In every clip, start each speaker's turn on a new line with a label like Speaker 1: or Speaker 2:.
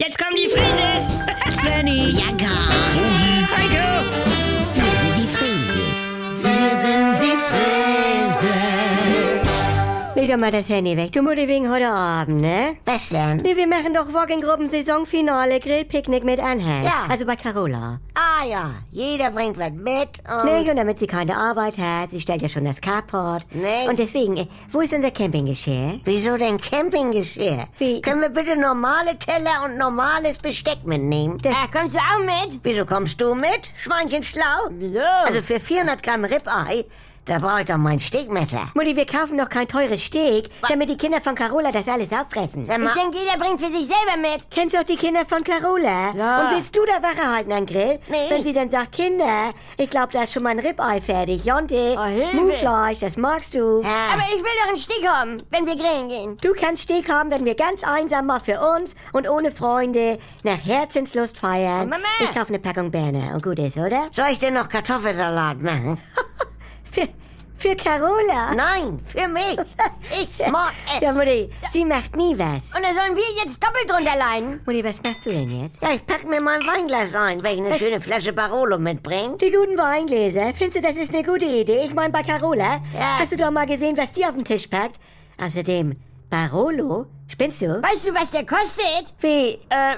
Speaker 1: Jetzt kommen die Frieses!
Speaker 2: Svenny,
Speaker 3: Ja, gar.
Speaker 1: Heiko!
Speaker 3: Wir sind die Frieses. Wir sind die Frieses.
Speaker 2: leg doch mal das Handy weg. Du Mutti wegen heute Abend, ne?
Speaker 3: Was denn?
Speaker 2: Nee, wir machen doch Woggengruppen-Saisonfinale, Grillpicknick mit Anhang.
Speaker 3: Ja.
Speaker 2: Also bei Carola.
Speaker 3: Ah ja, jeder bringt was mit und...
Speaker 2: Nee, und damit sie keine Arbeit hat, sie stellt ja schon das Carport.
Speaker 3: Nee.
Speaker 2: Und deswegen, äh, wo ist unser Campinggeschirr?
Speaker 3: Wieso denn Campinggeschirr?
Speaker 2: Wie?
Speaker 3: Können wir bitte normale Teller und normales Besteck mitnehmen? Äh,
Speaker 4: Ach, Äh, kommst du auch mit?
Speaker 3: Wieso kommst du mit? Schweinchen schlau?
Speaker 4: Wieso?
Speaker 3: Also für 400 Gramm Ribeye, da brauche ich doch mein Steakmesser.
Speaker 2: Mutti, wir kaufen doch kein teures Steak, damit die Kinder von Carola das alles auffressen.
Speaker 3: Sag
Speaker 4: Ich
Speaker 3: mal,
Speaker 4: denke, jeder bringt für sich selber mit.
Speaker 2: Kennst doch die Kinder von Carola.
Speaker 4: Ja.
Speaker 2: Und willst du da Wache halten am Grill?
Speaker 3: Nee.
Speaker 2: Wenn sie dann sagt, Kinder, ich glaube, da ist schon mein Ribeye fertig. Jonte,
Speaker 4: Oh, Hilfe.
Speaker 2: Mufleisch, das magst du.
Speaker 3: Ah, ja,
Speaker 4: Aber ich will doch einen Stick haben, wenn wir grillen gehen.
Speaker 2: Du kannst Steak haben, wenn wir ganz einsam mal für uns und ohne Freunde nach Herzenslust feiern.
Speaker 4: Oh, Mama.
Speaker 2: Ich kaufe eine Packung Berner und gut ist, oder?
Speaker 3: soll ich denn noch Kartoffelsalat machen?
Speaker 2: Für, für Carola.
Speaker 3: Nein, für mich. Ich mag es.
Speaker 2: Ja, Mutti, sie macht nie was.
Speaker 4: Und da sollen wir jetzt doppelt drunter leiden.
Speaker 2: Mutti, was machst du denn jetzt?
Speaker 3: Ja, ich pack mir mein Weinglas ein, weil ich eine schöne Flasche Barolo mitbringe.
Speaker 2: Die guten Weingläser, findest du, das ist eine gute Idee? Ich meine, bei Carola,
Speaker 3: Ja.
Speaker 2: hast du doch mal gesehen, was die auf den Tisch packt? Außerdem, Barolo? Spinnst du?
Speaker 4: Weißt du, was der kostet?
Speaker 2: Wie?
Speaker 4: Äh,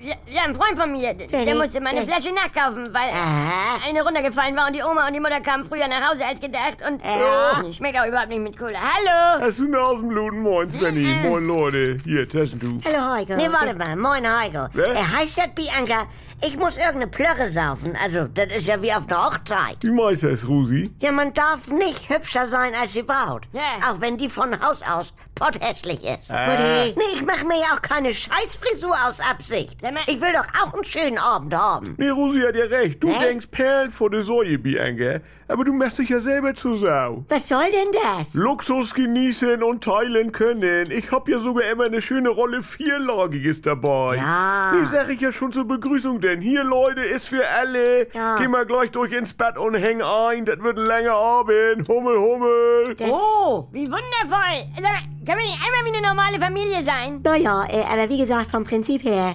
Speaker 4: ja, ja, ein Freund von mir, d-
Speaker 2: Fertig.
Speaker 4: der musste meine
Speaker 2: Äh.
Speaker 4: Flasche nachkaufen, weil
Speaker 3: Aha.
Speaker 2: Ah.
Speaker 4: eine runtergefallen war und die Oma und die Mutter kamen früher nach Hause als gedacht und Oh,
Speaker 3: Äh.
Speaker 4: schmeckt auch überhaupt nicht mit Cola. Hallo!
Speaker 5: Hast du Nasenbluten? Moin, Svenny. Moin, Leute. Hier, Taschentuch.
Speaker 2: Hallo, Heiko.
Speaker 3: Nee, warte mal. Moin, Heiko.
Speaker 5: Wer?
Speaker 3: Er heißt das Bianca. Ich muss irgendeine Plörre saufen. Also, das ist ja wie auf einer Hochzeit.
Speaker 5: Die Meisters, Rosi.
Speaker 3: Ja, man darf nicht hübscher sein, als sie baut.
Speaker 4: Ja.
Speaker 3: Auch wenn die von Haus aus potthässlich ist.
Speaker 2: Mutti.
Speaker 3: Nee, ich mach mir ja auch keine Scheißfrisur aus Absicht.
Speaker 4: Sag mal-
Speaker 3: Ich will doch auch einen schönen Abend haben.
Speaker 5: Nee, Rosi hat ja recht. Du
Speaker 3: Hä?
Speaker 5: denkst Perlen vor der Säue, Bianca. Aber du machst dich ja selber zur Sau.
Speaker 2: Was soll denn das?
Speaker 5: Luxus genießen und teilen können. Ich hab ja sogar immer eine schöne Rolle Vierlagiges dabei.
Speaker 3: Ja.
Speaker 5: Nee, sag ich ja schon zur Begrüßung, denn hier, Leute, ist für alle.
Speaker 2: Ja.
Speaker 5: Geh mal gleich durch ins Bett und häng ein. Das wird ein langer Abend. Hummel, Hummel.
Speaker 2: das
Speaker 4: Oh, wie wundervoll! Sag mal, können wir nicht einmal wie eine normale Familie sein?
Speaker 2: Naja, äh, aber wie gesagt, vom Prinzip her,